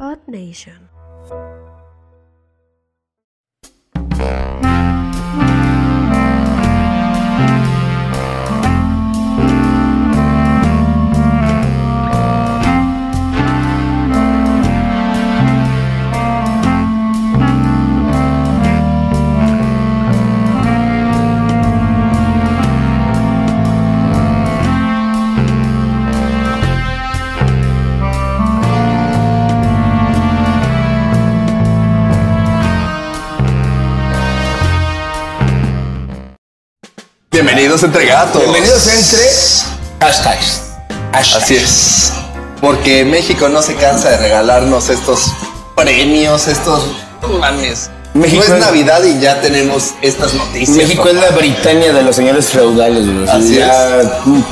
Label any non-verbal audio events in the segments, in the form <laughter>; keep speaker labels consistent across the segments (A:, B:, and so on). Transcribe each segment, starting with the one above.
A: Earth Nation.
B: Bienvenidos entre gatos.
C: Bienvenidos entre hashtags. Hashtags.
B: Así es. Porque México no se cansa de regalarnos estos premios, estos mames.
C: México
B: no es,
C: es-
B: Navidad y ya tenemos estas noticias.
C: México es la
B: papá.
C: Britania de los señores feudales, güey.
B: Así
C: Ya,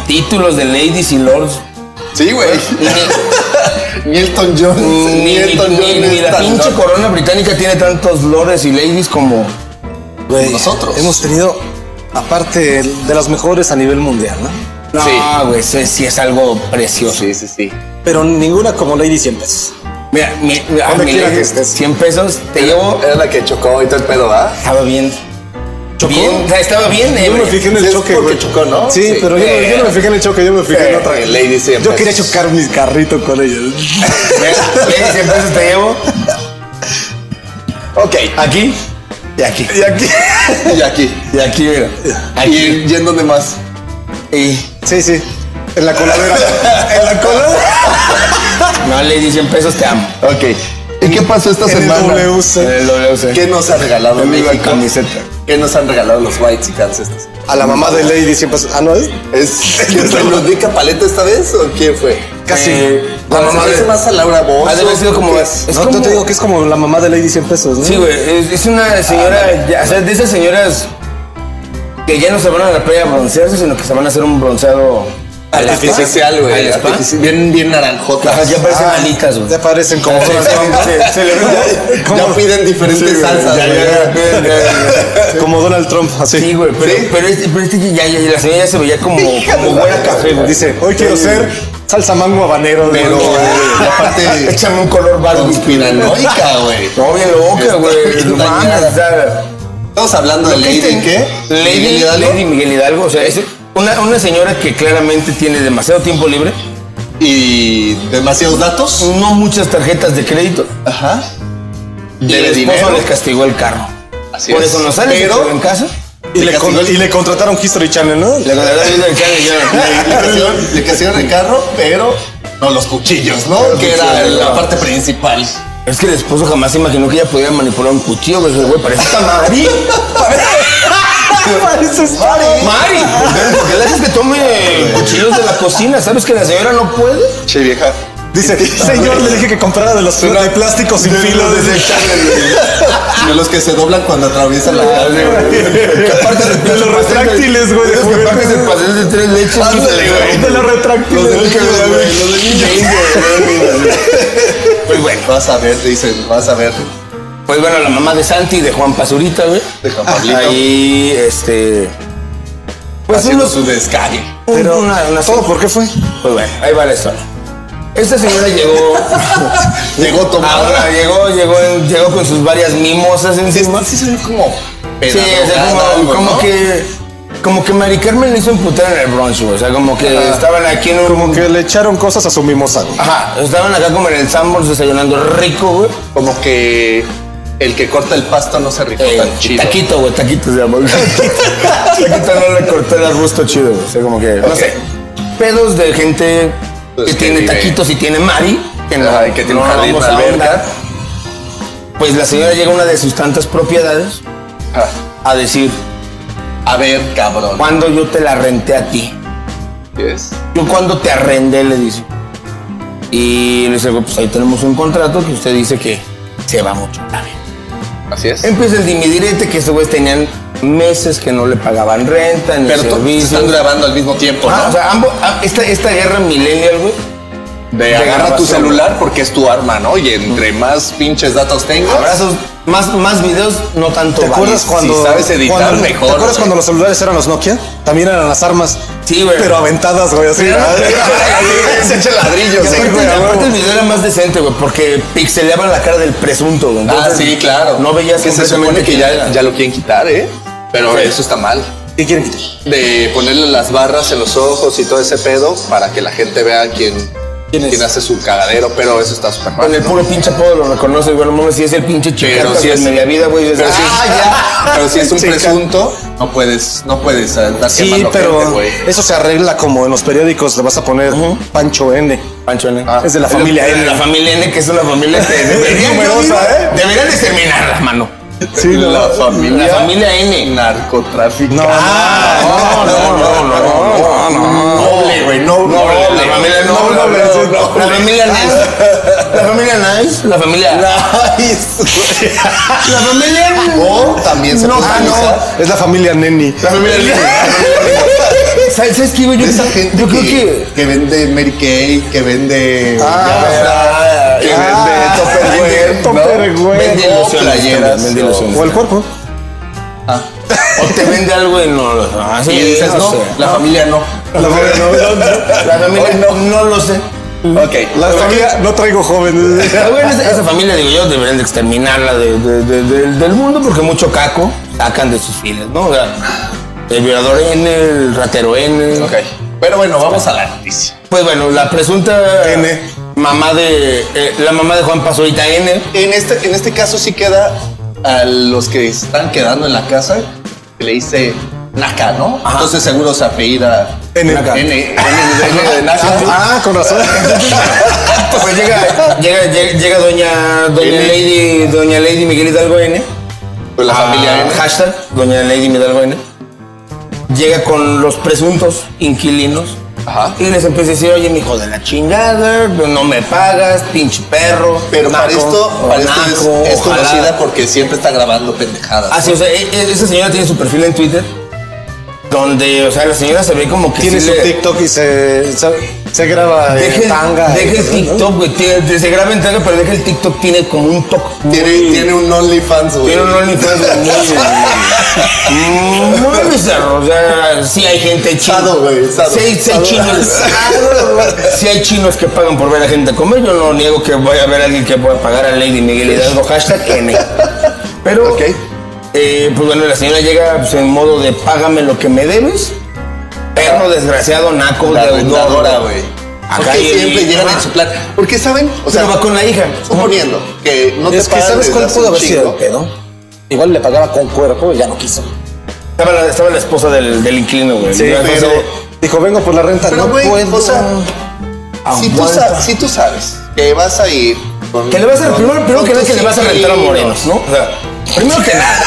C: Títulos de ladies y lords. <laughs>
B: Sí, güey. Ni Elton John.
C: Ni,
B: Ni
C: ni-
B: Elton
C: ni-
B: John
C: ni
B: es
C: la
B: tan
C: pinche
B: loco.
C: corona británica tiene tantos lords y ladies como.
D: Güey,
B: Nosotros.
D: Hemos tenido, aparte de las mejores a nivel mundial, ¿no?
C: No,
B: Sí.
C: güey, eso es- sí es algo precioso.
B: Sí, sí, sí.
D: Pero ninguna como Lady 100 pesos.
C: Mira, mi, a
D: Donde
C: mi
D: quiera
C: lady,
D: que estés.
C: 100 pesos te llevo.
B: Era la que chocó y todo el pedo, ¿va?
C: Estaba bien.
D: ¿Chocó?
C: Bien, o sea, estaba bien, eh.
D: Yo me fijé en el
B: Sí, es
D: choque,
B: porque
D: güey.
B: chocó, ¿no?
D: Sí,
B: Sí.
D: pero yo, no- yo no me fijé en el choque, yo me fijé en
B: Eh,
D: otra.
B: Lady 100
D: Yo quería
B: pesos.
D: chocar mi carrito con ella.
C: <laughs> Lady 100 pesos te llevo.
B: Ok.
C: Aquí y aquí.
B: Y aquí. <laughs> y aquí.
C: Y aquí, mira. Aquí.
B: ¿Y, y en dónde <laughs> más?
C: Y-
D: Sí, sí. En la <laughs> coladera. en la coladera.
C: No, Lady 100 pesos te amo. Eh,
B: Ok. ¿Y qué pasó esta
D: En el
B: semana?
C: En
D: WC.
C: el WC.
B: ¿Qué nos ha regalado
C: En mi
B: México?
C: camiseta.
B: ¿Qué nos han regalado los Whites y Cans estas?
D: A la mamá de Lady 100 pesos. Ah, no es.
B: ¿Es ¿quién fue Ludvica Paleta esta vez o quién fue?
D: Casi.
C: Eh,
B: La mamá de Ah, más a Laura Bozo.
C: Ha de haber sido como-
B: ¿Qué?
C: es
D: no,
C: como-
D: yo te digo que es como la mamá de Lady 100 pesos, ¿no?
C: Sí, güey. Es, es una señora.
B: Ah,
C: ya, o sea, de esas señoras que ya no se van a la playa a broncearse, sino que se van a hacer un bronceado al spa.
B: Artificial, güey.
C: Al spa.
B: artificial. Bien, bien naranjota.
C: Ajá, ya parecen
D: Ah,
C: alitas, güey.
D: Ya parecen <laughs> como.
C: Sí, sí, se le ve-
B: Ya
D: ¿Cómo?
B: piden diferentes
D: Sí, güey,
B: salsas.
D: ya,
B: güey.
D: ya, <laughs> Como Donald Trump, así.
C: Sí, güey, pero,
B: Sí.
C: pero este, pero este ya, ya- la señora ya se veía como,
B: Hija de
C: como
B: la
C: buena
B: verga.
C: café, güey.
D: Dice, hoy quiero ser salsa mango habanero.
B: Pero
D: güey.
B: eh, <laughs> aparte
C: échame un color barbie.
B: conspiranoica, güey.
C: No, bien loca,
B: Está
C: güey.
B: bien
C: No mames,
B: dañada.
C: o sea,
B: Estamos hablando de
C: Lo que
B: Lady,
C: dicen-
B: ¿qué?
C: Lady,
B: Miguel Hidalgo.
C: Lady Miguel Hidalgo, o sea, es una, una señora que claramente tiene demasiado tiempo libre,
B: Y demasiados datos.
C: no muchas tarjetas de crédito,
B: Ajá.
C: y el
B: Debe
C: esposo
B: dinero.
C: les castigó el carro.
B: Así
C: Por
B: es.
C: eso no sale,
B: Pero-
C: se quedó en casa.
D: y, le con- y le contrataron History Channel, ¿no?
C: Le contrataron el carro
B: <laughs>
C: y
B: Le- le
C: ya-
B: cayeron- Le cayeron el carro, pero no los cuchillos, ¿no? que era
C: cuchillos,
B: la
C: no.
B: parte principal.
C: Es que el esposo jamás se imaginó que ella pudiera manipular un cuchillo, güey, Dije, güey, parece esta Mari.
B: <laughs>
D: Pareces Mari.
C: Mari, ¿por qué le haces que tome cuchillos de la cocina? ¿Sabes que la señora no puede?
B: Che, vieja. <laughs>
D: Dice, señor, le dije que comprara de los de plástico sin filo. dice,
B: De los que se doblan cuando atraviesan la calle, <laughs>
D: <laughs>
B: güey. Que aparte se-
D: De los retráctiles, güey. de
C: Los que
D: juguete.
C: pagas el pastel de tres leches.
B: Ándale, güey.
D: <laughs> De los
B: Los de
D: retráctiles.
B: niños,
D: güey.
B: güey. Los de niños. Pues bueno. Vas a ver, dicen, vas a ver.
C: Pues bueno, la mamá de Santi, de Juan Pazurita, güey.
B: De Juan Pablito.
C: Ahí, este. Pues
B: haciendo
C: unos.
B: su descargue.
C: un-
D: Pero,
C: una, una-
D: ¿todo por qué fue?
C: Pues bueno, ahí va la historia. Esta señora llegó. <laughs>
B: Llegó
C: ahora
B: tomada.
C: llegó, llegó, en- llegó con sus varias mimosas encima.
B: Sí, se ve como.
C: Sí, o sea, como,
B: pedagogada, algo,
C: como
B: ¿no?
C: que. Como que Mari Carmen le hizo emputar en el brunch, güey. O sea, como que estaban aquí en un.
D: Como que le echaron cosas a su mimosa. güey.
C: Ajá, estaban acá como en el Sambors desayunando rico, güey.
B: Como que el que corta el pasto no se rifó
C: Eh,
B: tan chido.
C: Taquito, güey, taquitos de amor. <laughs> taquito no le corté el arbusto chido, güey. O sea, como que, no
B: Ok.
C: sé. Pedos de gente
B: Pues
C: que
B: que
C: tiene
B: vive-
C: taquitos y tiene Mari. Que no,
B: Ay, que tiene un
C: no
B: jardín,
C: vamos a
B: alberca.
C: ahondar. Pues la señora llega a una de sus tantas propiedades
B: Ah,
C: a decir,
B: A ver, cabrón.
C: cuando yo te la renté a ti?
B: Yes.
C: Yo cuando te arrendé, le dice. Y le dice, güey, pues ahí tenemos un contrato que usted dice que se va mucho. A ver.
B: Así es.
C: Empieza el dimidirete que estos güeyes tenían meses que no le pagaban renta, ni
B: Pero to-
C: servicios.
B: están grabando al mismo tiempo,
C: Ah,
B: ¿no?
C: o sea, ambos, ah, esta, esta guerra millennial, güey,
B: De, agarra tu
C: grabación.
B: celular porque es tu arma, ¿no? Y entre más pinches datos tengas.
C: Abrazos, más, más videos, no tanto.
D: ¿Te
C: vale.
D: acuerdas cuando.
B: si sabes editar,
D: cuando-
B: mejor,
D: ¿Te acuerdas
B: güey.
D: cuando los celulares eran los Nokia? También eran las armas.
C: Sí, güey.
D: Pero aventadas, güey. Así.
B: <laughs>
C: <laughs>
B: Se echa ladrillos.
C: Y
B: sí,
C: aparte,
B: güey, a
C: aparte
B: huevo.
C: el video era más decente, güey, porque pixeleaban la cara del presunto, güey.
B: Ah,
C: Entonces,
B: sí, claro.
C: No veías
B: que se
C: completamente
B: supone que
C: quién
B: ya,
C: era.
B: ya lo quieren quitar, ¿eh? Pero eso está mal.
D: ¿Qué quieren quitar?
B: De ponerle las barras en los ojos y todo ese pedo para que la gente vea quién,
C: ¿Quién es?
B: quién hace su cagadero, pero eso está súper mal.
C: Con el
B: ¿no?
C: puro pinche apodo lo reconoces, güey. No mames, si es el pinche chico
B: Pero si
C: de
B: es
C: media vida, güey. dices,
B: Pero si es,
C: "Ah, ya".
B: pero si es un
D: Chica.
B: presunto, no puedes, no puedes andar
D: Sí,
B: quemando gente,
D: pero
B: güey.
D: eso se arregla como en los periódicos. Le vas a poner Pancho N.
C: Pancho N.
B: Ah,
D: es de la familia
C: de
D: N.
C: la familia N, que es una familia que deberían,
D: numerosa, ¿eh?
C: deberían exterminarla, mano.
D: Sí, no.
B: la
C: La
B: familia.
C: familia N.
B: Narcotráfico.
D: No,
C: Ah, no, no, no, no, no, no. Noble, güey, no, noble.
B: Noble.
C: La familia
D: No,
C: noble,
D: noble,
C: no,
D: sí, noble.
C: La familia nice. La familia nice. La familia. La familia.
B: O también se
C: No,
B: puede
C: ah, no.
B: usar
D: Es la familia Neni.
C: La familia <laughs> ¿Sabes sabes qué, güey? Yo,
B: esa gente
C: yo creo
B: que,
C: que.
B: que vende Mary Kay, que vende
C: Ah,
B: que
D: ah,
B: vende Topperware, ¿no?
D: Tupperware.
B: Vende
C: O
B: ilusiones,
C: playeras,
B: vende
C: o-
B: ilusiones.
D: O el cuerpo.
C: O te vende algo y no lo ah, sí,
B: Y dices,
C: no
B: no,
C: sé.
B: la familia no.
D: La familia no.
C: La familia no, no lo sé.
B: Ok.
D: La familia no traigo joven.
C: Pero, güey, esa, esa familia, digo yo, deberían de exterminarla de- de- de- de- del mundo porque mucho caco sacan de sus filas, ¿no? O sea, el violador N, el ratero N.
B: Ok. Pero bueno, vamos a la noticia.
C: Pues bueno, la presunta
D: N.
C: mamá de. eh, la mamá de Juan Pasolita N.
B: En este, en este caso sí queda a los que están quedando en la casa, que le dice Naka, ¿no?
C: Ajá.
B: Entonces seguro se apellida
D: N.
B: Naka. N, N, N de Naka.
D: Ah, con razón.
C: Pues llega, llega, llega, llega doña, doña
B: N.
C: Lady, doña Lady Miguel Hidalgo N.
B: Pues la familia
C: Ah,
B: N.
C: Hashtag, doña Lady Hidalgo N. Llega con los presuntos inquilinos.
B: Ajá.
C: Y les empecé a decir, oye, mi hijo de la chingada, no me pagas, pinche perro.
B: Pero para
C: naco,
B: esto, para esto
C: naco,
B: es, es
C: ojalá".
B: conocida porque siempre está grabando pendejadas.
C: Ah, sí, o sea, e- e- esa señora tiene su perfil en Twitter, donde, o sea, la señora se ve como que
D: Tiene
C: sí
D: su
C: le-
D: TikTok y se, se, se
B: eh,
D: graba en
C: Deja el,
D: tanga.
C: deja el
D: ¿no?
C: TikTok, güey. tiene- Se graba en tanga, pero deja el TikTok, tiene como un toque.
B: Tiene, tiene un OnlyFans, güey.
C: Tiene un OnlyFans güey, muy, muy bizarro. O sea, sí hay gente china.
B: Sado, güey, sado.
C: Sí, hay- sí hay
B: Sado.
C: chinos. Sí hay chinos que pagan por ver a gente comer. Yo no niego que voy a ver a alguien que pueda pagar a Lady Miguel Hidalgo. Hashtag N. Pero,
B: Ok.
C: eh, pues bueno, la señora llega pues, en modo de págame lo que me debes. Perro desgraciado, naco,
B: La
C: deudadora,
B: vendedora,
C: güey.
B: güey.
C: Acá
B: Porque
C: hay-
B: siempre llegan
C: Ajá.
B: en su plan. Porque saben, o sea,
C: Pero va con la hija.
B: suponiendo que no
A: Es
B: te
A: que
B: pagan
A: sabes
B: desde
A: cuál
B: hace
A: pudo
B: un
A: haber sido el
B: chingo.
A: pedo. Igual le pagaba con cuerpo y ya no quiso.
C: Estaba la, estaba la esposa del, del inquilino, güey.
D: Sí,
C: Y entonces,
D: pero dijo, vengo por la renta.
B: Pero,
D: no
B: güey,
D: puedo. Ah,
B: o sea, si tú,
A: Aguanta.
B: sa- si Ah, tú sabes que vas a ir con.
C: Que le vas a,
B: con-
C: primero, primero
B: con
C: que nada
B: tus
C: que le vas a rentar a
B: inquilinos.
C: morenos, ¿no? O sea, primero que nada,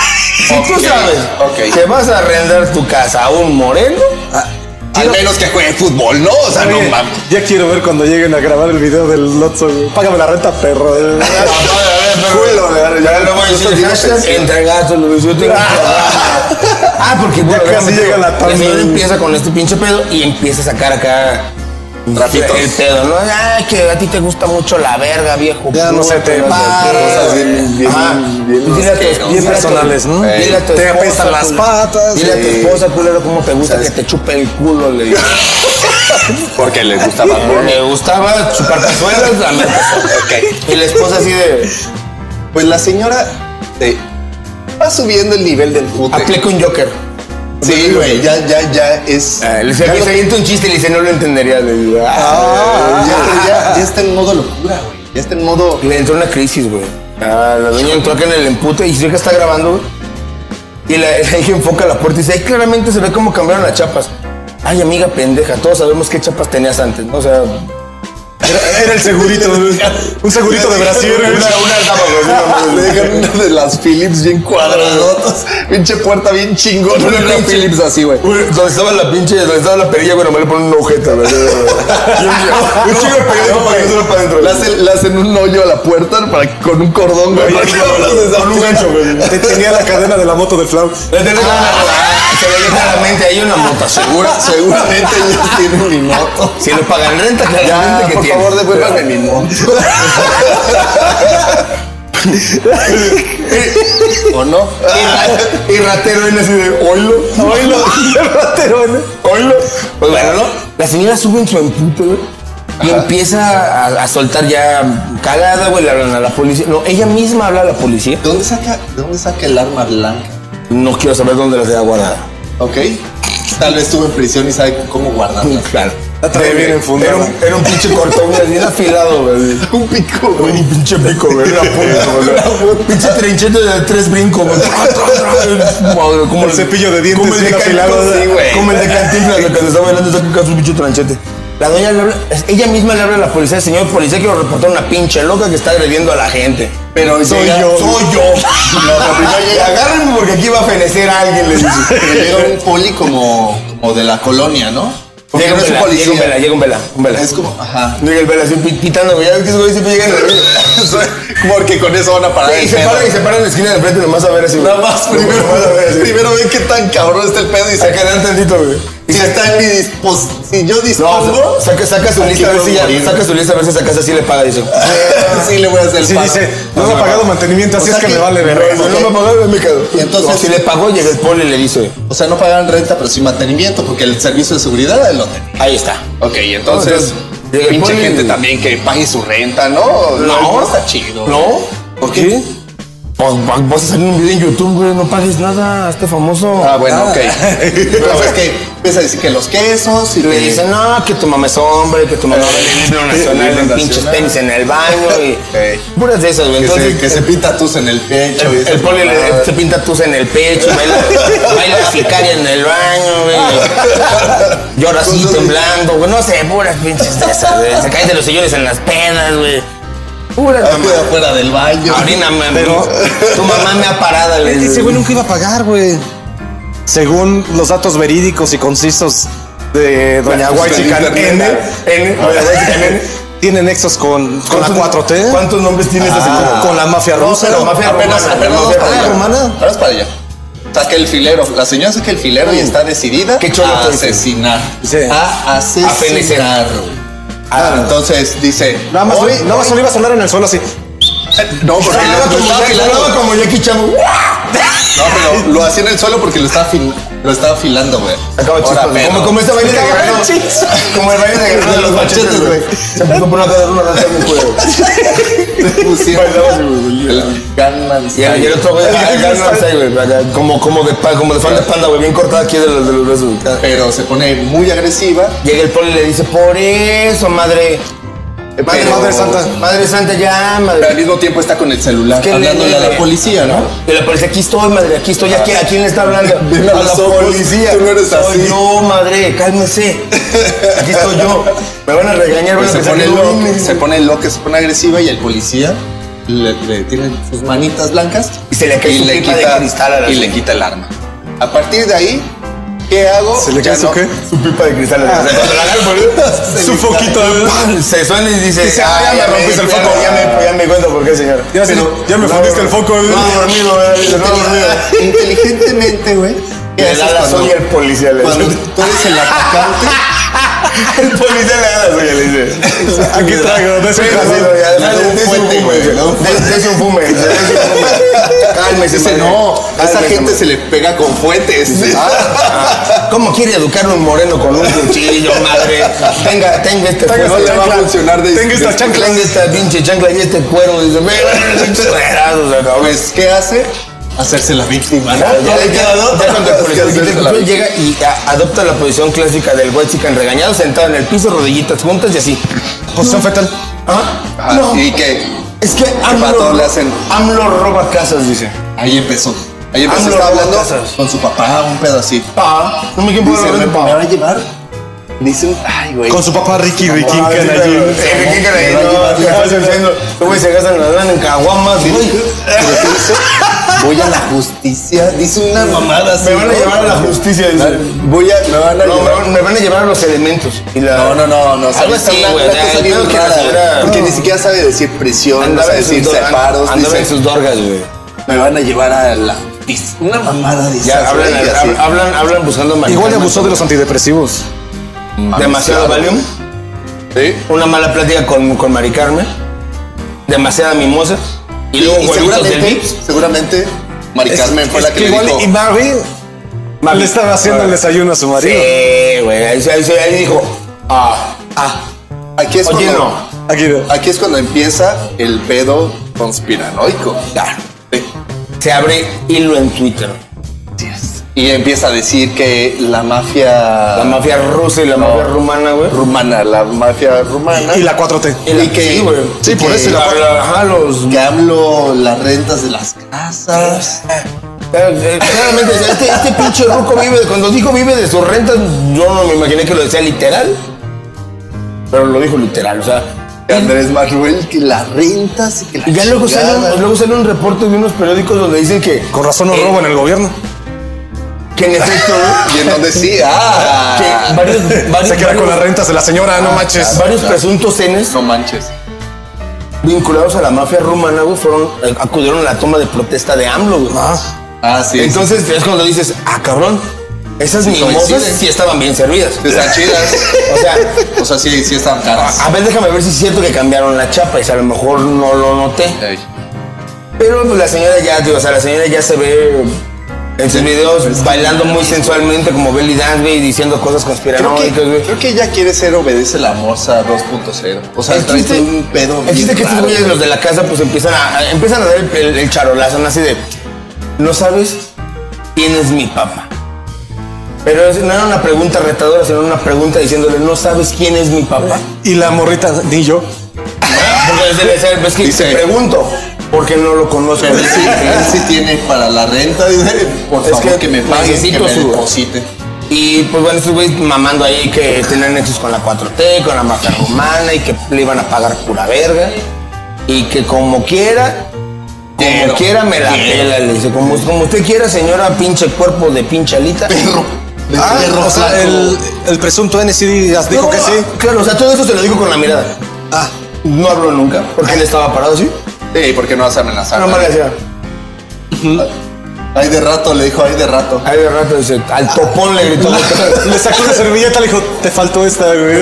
C: si
B: Ok,
C: tú sabes
B: ok. Ah,
C: que vas a arrendar tu casa a un moreno,
B: Al menos que juegue fútbol, ¿no? O sea, no
D: Oye,
B: mames.
D: ya quiero ver cuando lleguen a grabar el video del Lotso. güey. Págame la renta, perro.
B: Culo, ya, ya,
C: le voy a
B: esto
C: decir
B: tiene
C: hashtag
B: pensión.
C: entregazo, lo que yo
D: <laughs>
C: tengo. Ah, porque bueno,
D: Ya casi
C: déjame
D: llega
C: te-
D: la tarde.
C: señora empieza con este pinche pedo y empieza a sacar acá
B: Trapitos.
C: el pedo, ¿no? Ay, que a ti te gusta mucho la verga, viejo.
D: Ya no
C: puto,
D: se te va,
C: sé qué,
B: cosas
C: güey.
B: bien- bien-
C: Ajá.
B: bien
C: Dile a tu-
B: asquerosas.
C: dile a tu-
D: personales, ¿no?
C: Dile a tu
D: Te
C: esposa,
D: apestan las
C: culero.
D: patas,
C: Dile a tu
B: sí.
C: esposa, culero, cómo te gusta que te chupe el culo, le
D: <laughs>
C: digo.
B: Porque le gusta más.
C: Me gustaba chupar pezuelas, dame pezuelas.
B: Ok.
C: Y la esposa así de...
B: Pues la señora te va subiendo el nivel del fútbol.
C: Aplica un Joker.
B: Sí, güey, ya, ya, ya es.
C: Ah, le dice,
B: ya
C: "Me
B: lo-
C: saliente un chiste y le dice, no lo entenderías. Le digo, ah.
B: ya, ya- ya está en modo locura, güey. Ya está en modo.
C: Le entró una crisis, güey. Ah, la dueña entró acá en el empute y se ve que está grabando, güey. Y la, <laughs> la hija enfoca la puerta y dice, ay, claramente se ve cómo cambiaron las chapas. Ay, amiga pendeja, todos sabemos qué chapas tenías antes, ¿no? O sea...
D: Era, era el segurito. güey. Un segurito de Brasil. güey.
B: Le dejan una de las Philips bien cuadradotas. Pinche puerta bien chingona. Una, Philips así, güey.
C: Güey, Donde estaba la pinche, donde estaba la perilla, güey, nomás le ponen una agujeta, güey. <laughs> Un chico de periódico para que no se lo para adentro.
B: Le hacen, le hacen un hoyo a la puerta para que- con un cordón, güey. para que no las
D: Te- Tenía la cadena de la moto del Flau.
C: La tenés- Ah, se le viene a la mente ahí una mota segura.
B: Segura- seguramente ellos tienen mi moto.
C: Si le pagan renta,
B: Ya,
C: claramente que
B: por
C: tiene.
B: favor, devuélvanme mi
C: <laughs>
B: moto. ¿O no?
C: Y ratero en así de oilo.
D: Oilo,
C: <laughs>
D: ratero, ¿no?
C: Oilo. Pues bueno, ¿no? La señora sube en su empute, güey. Y empieza a, a soltar ya cagada, güey. Le hablan a la policía. No, ella misma habla a la policía.
B: ¿Dónde saca, dónde saca el arma blanca?
C: No quiero saber dónde la tenga guardada.
B: ¿Ok? Tal vez estuvo en prisión y sabe cómo guardarla.
C: Claro.
D: La trae bien enfundada.
C: Era un, era un pinche cortón, güey, bien afilado, güey.
B: Un pico, güey.
C: Un pinche pico, güey. Una punta, güey. Pinche trinchete de tres brincos, güey. Madre, como
D: El cepillo de dientes
C: como el
D: bien
C: de Cantinflas,
D: afilado, sí,
B: güey.
C: Como el de Cantinflas, güey, cuando está bailando, está con su pinche tranchete. La doña le habla- ella misma le habla a la policía, señor policía, quiero reportar una pinche loca que está agrediendo a la gente.
B: Pero
C: Soy
B: llega-
C: yo. Soy yo.
B: No, pero primero llega-
C: Agárrenme porque aquí va a fenecer a alguien, <laughs> le dice.
B: pero llega un poli como, como de la colonia, ¿no? Porque
C: Llega
B: no
C: un
B: es un policía.
C: vela, llega un vela, llega un vela, un vela.
B: Es como, ajá. <laughs>
C: Llega el vela así pi- pitando, güey. Ya ves que esos güeyes siempre llegan a la
B: Porque con eso van a parar.
C: Y
B: el
C: se
B: pedo.
C: para pues, y se para en la esquina de frente nomás a ver así. güey.
B: Nada más, primero,
C: Nomás a ver así.
B: primero ve qué tan cabrón está el pedo y
C: Se
B: saca.
C: quedan tantito, güey. Y
B: Si
C: se-
B: está en mi dispos. Si yo dispongo.
C: No, pues, saca, saca su
B: aquí
C: lista a ver
B: puedo
C: si ya,
B: morir. Ah,
C: saca su lista a ver si esa casa sí le paga, dice.
B: <laughs> sí le voy a hacer el
D: Sí,
B: paro.
D: dice, no has pagado mantenimiento, así
B: O sea
D: es que
B: que-
D: me vale verga.
C: No, no me pagó, me quedo.
B: Y entonces-
C: O si le pagó, llega el poli y le dice,
B: O sea, no pagan renta, pero sí mantenimiento, porque el servicio de seguridad es lo tenía.
C: ahí está.
B: Ok, entonces.
C: Llega el
B: pinche
C: poli-
B: gente también que pague su renta, ¿no? está chido.
C: No.
B: ¿Por qué?
C: Pues va- vas a salir un video en YouTube, güey, no pagues nada, este famoso.
B: Ah, bueno,
C: <laughs>
B: ok.
C: Pero-
B: Entonces, que empieza a decir que los quesos y
C: Le
B: que-
C: dicen, no, que tu mamá es hombre, que tu
B: eh,
C: mamá va el himno nacional en
B: Nacional.
C: pinches tenis en el baño
B: eh,
C: y puras de esas, güey.
B: que,
C: Entonces,
B: se, que se pinta tus en el pecho. y
C: el,
B: esa
C: el poli le-
B: mamada.
C: se pinta tus en el pecho, baila,
B: <laughs>
C: baila sicaria en el baño, güey. Llora así temblando, güey. No sé, puras pinches de esas, güey. Se caen de los sillones en las pedas, güey. Puras
B: Ah,
C: mamá.
B: queda fuera del baño.
C: Ahorita me, tu mamá me ha parado, le
D: Ese
C: dice,
D: güey nunca iba a pagar, güey. Según los datos verídicos y concisos de
B: La
D: Doña Huaychican
B: justicia
D: N,
B: interna.
D: N,
C: Doña
D: <laughs>
C: Huaychican N.
D: tiene nexos con, con la 4T.
C: ¿Cuántos nombres tiene esta señora?
B: Ah.
D: Con, con la mafia
B: No,
D: rusa.
B: pero
C: la mafia
B: apenas,
C: romana,
B: apenas
C: la
B: vamos
C: mafia
B: para allá.
D: romana.
B: Apenas para allá. Saca el filero. La señora saca el filero y está decidida
C: Qué cholo
B: a
C: que es.
B: asesinar.
D: Sí.
B: A
C: Este fenecer.
B: asesinar. Claro, Ah, entonces dice.
D: Nada más,
B: hoy-
D: nada más solo iba a sonar en el suelo así.
B: No, porque
C: Sonaba
B: lo, lo
C: como
B: estaba
C: Jackie-
B: afilando.
C: sonaba como Jackie Chan.
B: No, pero <laughs> lo hacía en el suelo porque lo estaba, afil- lo estaba afilando, güey.
C: Acaba
B: Ahora,
C: chispas, güey.
B: pero-
C: Como, como este baile de
D: Acaba
C: guerrero.
D: chispas.
C: <laughs> Como el baile de guerrero de los machetes, güey. Se puso por una cara una rata en el cuello.
B: pusieron
C: <laughs> Bailaba, güey.
B: el Gunman
C: Y el, y el otro güey,
D: El
C: acá, acá,
D: Gangnam
C: no sé, güey, acá, como, como de, pa- como de fan de panda, güey, bien cortada aquí de los, de los besos. güey.
B: Pero se pone muy agresiva.
C: Llega el poli y le dice, por eso, madre. Madre,
B: Pero-
C: madre santa. Madre santa, ya, madre.
B: Pero al mismo tiempo está con el celular
C: ¿Qué le-
B: hablándole a
C: le-
B: la policía, ¿no?
C: Y la policía, aquí estoy, madre, aquí estoy, aquí, ¿a quién le está hablando?
B: <laughs> Veme a
C: A la
B: los ojos,
C: policía.
B: tú no eres
C: Soy
B: así.
C: yo, madre, cálmese. Aquí estoy yo. Me van a regañar, van
B: Pues
C: a
B: se
C: pensar
B: pone
C: que no
B: loca,
C: vine.
B: se pone loca, se pone agresiva y el policía le, le tiene sus manitas blancas
C: Y se le cae
B: y
C: su
B: le
C: pipa de
B: quita,
C: cristal a la
B: y le
C: señora.
B: quita el arma. A partir de ahí, ¿qué hago?
D: ¿Se le
B: Ya
D: cae su
B: no-
D: qué?
C: Su pipa de cristal. en la cabeza. Cuando la agarra, güey,
B: pues,
D: <laughs> Su foquito.
C: ¡pam! Se suena y dice,
D: Dice,
C: "Ah,
D: "Ah, ya me
C: rompiste
D: di cuenta,
C: Ya me, ya me cuento por qué, señor.
D: Ya, sí, ya me fundiste el foco, güey.
C: No ha dormido, güey. Dice, No ha dormido.
B: Inteligen- Inteligentemente, güey. ¿qué
C: Le
B: haces
C: da la
B: cuando-
C: soya al policía, le
B: Cuando
C: dice.
B: tú eres el <laughs> atacante,
C: El policía le da la soya, le dice.
D: Aquí traigo, de ese
C: Pero sí,
D: cabrón.
C: güey, ya,
B: Le da un
C: dese un
B: fuete,
C: fume,
B: güey,
C: güey.
B: le da un fuete.
C: Dese- dese un
B: <laughs>
C: fume, dese un fume. Cálmese,
B: dice,
C: madre.
B: no, a esa
C: Cálmese,
B: gente
C: madre.
B: se le pega con Ah. fuetes.
C: ¿Cómo quiere educar un moreno con un cuchillo, madre? Tenga, tenga este
B: No
C: fuego,
B: le va
C: chancla.
B: a funcionar de
D: Tengo esta
B: de-
D: chancla.
C: Tenga esta pinche chancla y este cuero. Dice, "Ve, ve, ve, exagerados, acá, güey".
B: Pues, ¿qué hace? Hacerse la víctima, ¿no?
C: Ya, ya, ya, ya cuando el policía
B: Hacerse
C: llega,
B: la
C: tú
B: víctima.
C: llega y a- adopta la posición clásica del white chicken regañado, sentado en el piso, rodillitas juntas y así.
D: Posición fetal.
C: ¿Ah?
B: Ah,
C: No.
B: Y que
C: Es que AMLO,
B: pato le hacen?
C: AMLO roba casas, dice.
B: ahí empezó. Ahí empezó.
C: AMLO
B: Estaba
C: roba
B: hablando
C: casas.
B: con su papá, un pedacito.
C: Pa, no me quiero
B: Dice,
C: poner
B: me,
C: la
B: me
C: pa.
B: va a llevar. Dice, ay, güey.
D: Con su papá Ricky Ricky
C: Ah, sí,
D: Canallín.
C: pero- sí, ¿qué caray?
B: Me va a
C: No,
B: llevar
C: ¿qué
B: la
C: estás
B: casa.
C: haciendo? Tú, güey, se gastan la lana en caguamas,
B: Pero
C: güey.
B: ¿qué dice? Voy a la justicia. Dice una mamada así.
C: Me van a
B: ¿no?
C: llevar a la justicia, dice.
B: Voy a, me van a
C: No, me
B: llevar.
C: van- me van a llevar a los elementos. Y la-
B: No, no, no, no.
C: Algo
B: ¿sabes?
C: así,
B: Una-
C: güey.
B: una
C: o sea,
B: cosa
C: el
B: bien
C: pedo que la
B: rara,
C: señora-
B: Porque ni siquiera sabe decir presión, no sabe
C: en sus
B: decir
C: dor-
B: separos.
C: andaba en
B: Dice,
C: sus dorgas, güey.
B: me van a llevar a la dis- una mamada de
C: Ya
B: esas,
C: hablan,
B: güey, así.
C: hab- hablan, hablan buscando marihuana.
D: Igual abusó de los antidepresivos.
C: Demasiado Valium.
B: Sí.
C: Una mala plática con, con Mari Carmen. Demasiada mimosa. Y luego
B: Y
C: jueguitos del
B: seguramente,
C: Vips.
B: seguramente, Mari Carmen fue
D: Es
B: la que, le
D: igual
B: dijo.
D: y Mary
C: Mami,
D: le estaba haciendo el desayuno a su marido.
C: Sí, güey. Ahí, se- ahí, se- ahí dijo, ah,
B: Aquí es
C: oye,
B: cuando,
C: no.
D: Aquí no.
B: aquí es cuando empieza el pedo conspiranoico.
C: Claro.
B: Sí.
C: Se abre hilo en Twitter.
B: Y empieza a decir que la mafia.
C: La mafia rusa y la
B: No.
C: mafia rumana, güey.
B: rumana, la mafia rumana.
D: Y la 4T.
B: Y la- que-
C: Sí, güey.
B: Sí, por eso y la-
C: La, la- ajá, los...
B: que hablo las rentas de las casas.
C: Eh, eh, Claramente, o sea, este, este pinche ruco vive, cuando dijo vive de sus rentas, yo no me imaginé que lo decía literal. Pero lo dijo literal, o sea,
B: Que Andrés Manuel, que las rentas y que la
C: Y ya luego
B: chingada.
C: sale, un, luego sale un reporte de unos periódicos donde dicen que,
D: Con razón no
C: Eh.
D: roban el gobierno.
C: que en efecto,
B: Y en donde sí, ah.
C: que
B: <laughs>
C: varios, varios-
D: Se queda con
C: varios-
D: las rentas de la señora, no manches.
C: varios
B: Ah.
C: presuntos cenes
B: No manches.
C: vinculados a la mafia rumana, güey, fueron, eh, acudieron a la toma de protesta de AMLO, güey.
D: Ah,
B: Ah, sí.
C: Entonces es cuando dices, ah, cabrón, esas mimosas
B: coinciden.
C: sí estaban bien servidas.
B: sí, están chidas.
C: O sea,
B: O sea, sí, sí están caras.
C: a ver, déjame ver si es cierto que cambiaron la chapa y si a lo mejor no lo noté.
B: Ey.
C: Pero pues, la señora ya, digo, o sea, la señora ya se ve en sus videos bailando muy sensualmente como Belly Dance, güey, y diciendo cosas
B: Creo que,
C: conspiranoicas, güey.
B: creo que ya quiere ser obedece la moza 2.0. O sea,
C: El
B: trae
C: chiste-
B: un pedo
C: El
B: bien
C: chiste es que estos
B: raro.
C: güeyes, los de la casa, pues empiezan a, a- empiezan a dar el, el- el charolazo, ¿no? así de, no sabes quién es mi papá. Pero es- no era una pregunta retadora, sino una pregunta diciéndole, no sabes quién es mi papá.
D: y la morrita, ni yo.
C: Porque desde la- es pues, que
B: Dice-
C: te pregunto, porque no lo conozco.
B: Pero él sí, él sí tiene para la renta, dice, por
C: Es
B: favor, que,
C: que
B: me paguen, que
C: necesito
B: me
C: su-
B: depositen.
C: Y pues bueno, estos güeyes mamando ahí que tenían nexos con la 4T, con la mafia rumana y que le iban a pagar pura verga. Y que como quiera, como
B: Quiero,
C: quiera me la
B: quiero.
C: pela, le dice. Como, como usted quiera, señora, pinche cuerpo de pinche alita.
B: Perro. de
D: Ah,
B: perro
D: o sea,
B: flaco.
D: el, el presunto NCD dijo
C: No,
D: que sí.
C: Claro, o sea, todo eso se lo digo con la mirada.
D: Ah,
C: No habló nunca, porque él estaba parado así.
B: Sí, porque no vas a amenazar.
C: No, le decía,
B: Ay, de rato, le dijo, ay, de rato.
C: ahí de rato dice, al topón le gritó.
D: le sacó una servilleta, le dijo, te faltó esta, güey.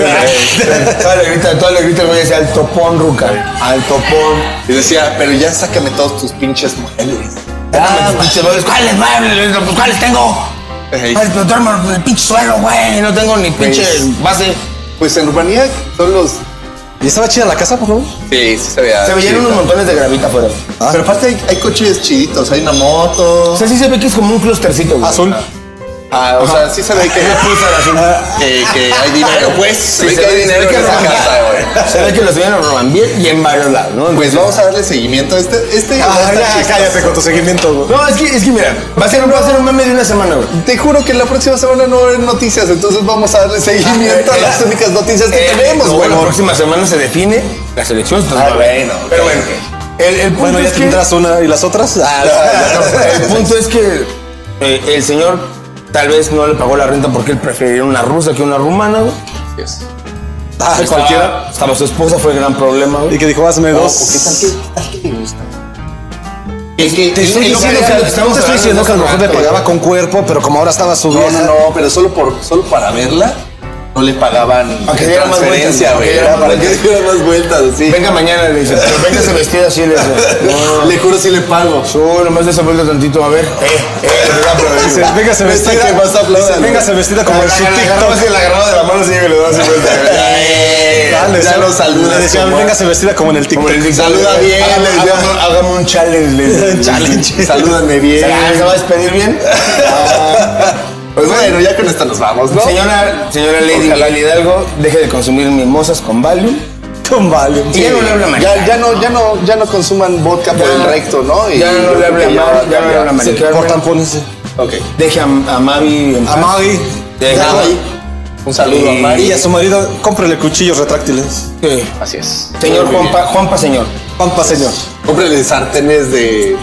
C: Todo le grita, todo le grita, el güey dice, al topón, Ruca, al topón.
B: Y decía, pero ya sácame todos tus pinches mujeres.
C: Ah, mis pinches muebles, ¿Cuáles muebles? Pues, ¿Cuáles tengo?
B: Ey.
C: Ay, pero duermo en el pinche suelo, güey. No tengo ni pinche
B: Pues,
C: base.
B: Pues en Rumanía son los...
D: ¿Y estaba chida la casa, por favor?
B: Sí, sí se veía.
C: Se veían
B: chidita.
C: unos montones de gravita afuera.
D: Ah.
B: Pero aparte hay, hay coches chiditos, hay una moto.
C: O sea, sí se ve que es como un clustercito, güey.
D: Azul.
B: Ah, o sea, sí se ve que, que, que hay dinero. Pues se ve que hay dinero en
C: que
B: esa
C: roban.
B: casa, güey.
C: Se ve que los señores roban bien y en varios lados, ¿no?
B: Pues vamos a darle seguimiento a este. este
D: Ah,
B: está
D: ya,
B: chistoso.
D: cállate con tu seguimiento, güey.
C: No, pues es que, es que mira, va a ser un, va a ser un meme de una semana, güey.
B: Te juro que la próxima semana no va a haber noticias, entonces vamos a darle seguimiento a las únicas noticias que
C: Eh,
B: tenemos,
C: no,
B: güey.
C: La
D: pues,
C: próxima semana se define las elecciones. entonces
B: Ah,
C: va a haber.
B: bueno,
C: Pero
B: ok,
C: bueno, el, el punto
D: Bueno, ya
C: es que...
D: tendrás una y las
C: <laughs>
D: otras. Ah,
C: el punto es que eh, el señor tal vez no le pagó la renta porque él preferiría una rusa que una rumana, güey.
D: ah, cualquiera.
C: Estaba- Estaba su esposa, fue el gran problema, güey.
D: Y que dijo, hazme dos.
B: Es que
D: Te estoy
B: es-
D: diciendo
B: es-
D: que-
B: es-
D: te estoy diciendo que a lo mejor le pagaba con cuerpo, pero como ahora estaba su
B: No, no,
D: vieja.
B: no, pero solo por solo para verla no le pagaban
C: Para que diera más
B: transferencia,
C: vueltas,
B: güey.
C: para que
B: Era para que
C: diera
B: diera más vueltas, sí.
C: Venga mañana, le dice. Pero venga se vestida así, <laughs> le dice. No, no, no.
B: Le juro si le pago.
C: Solo, nomás desenvuelve tantito, a ver. Eh, eh, la <laughs> aplaudir.
D: Dice, véngase
B: Esta
D: vestida.
B: que más aplaudan,
D: dice,
B: güey.
D: Véngase vestida como en su TikTok.
C: la agarraba de la mano, así que le daba así vuelta.
B: Eh,
D: Dale,
B: ya
D: sí.
B: lo
D: Le
B: saludas.
D: decía,
B: como-
D: véngase vestida como en el TikTok.
B: Saluda bien,
C: pues, Hágame-
B: les llamo.
C: hágame- Hágame un challenge, le
B: <laughs>
C: dice.
B: Challenge. Salúdame bien.
C: Ah, ¿Se va a despedir bien?
B: Pues bueno, ya con esta nos vamos, ¿no?
C: Ah, Señora, señora Lady
B: Ojalá.
C: Miguel Hidalgo, deje de consumir mimosas con Valium.
D: Con Valium.
C: Y ya no le habla mal.
B: Ya, ya no, ya no, ya no consuman vodka por
C: Ya
B: el
C: no-
B: recto, ¿no?
C: ya no le habla
B: hablan
C: mal, ya no le habla mal.
D: Se
C: Carmen.
D: por tampones.
B: Ok.
C: Deje a, a Mavi en
D: A
C: paz.
D: Mari.
C: Deje a
B: Mari.
C: Mavi.
B: Un saludo a
C: Y-
B: Mari.
D: Y a su marido, cómprele cuchillos retráctiles.
C: Sí.
B: Así es.
C: Señor
B: Muy bien.
C: Juanpa, Juanpa señor.
D: Pampa, señor.
B: Cómprele sartenes de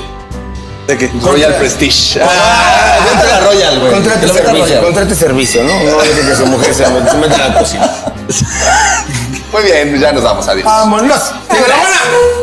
D: ¿De qué?
B: Royal Prestige. Ah, vente a la Royal, güey.
C: Contrate
B: Vente a la
C: servicio,
B: Royal.
C: contrate servicio, ¿no? No deje que su mujer se, se meta en la cocina.
B: Muy bien, ya nos vamos. Adiós.
C: ¡Vámonos! ¡Viva la buena!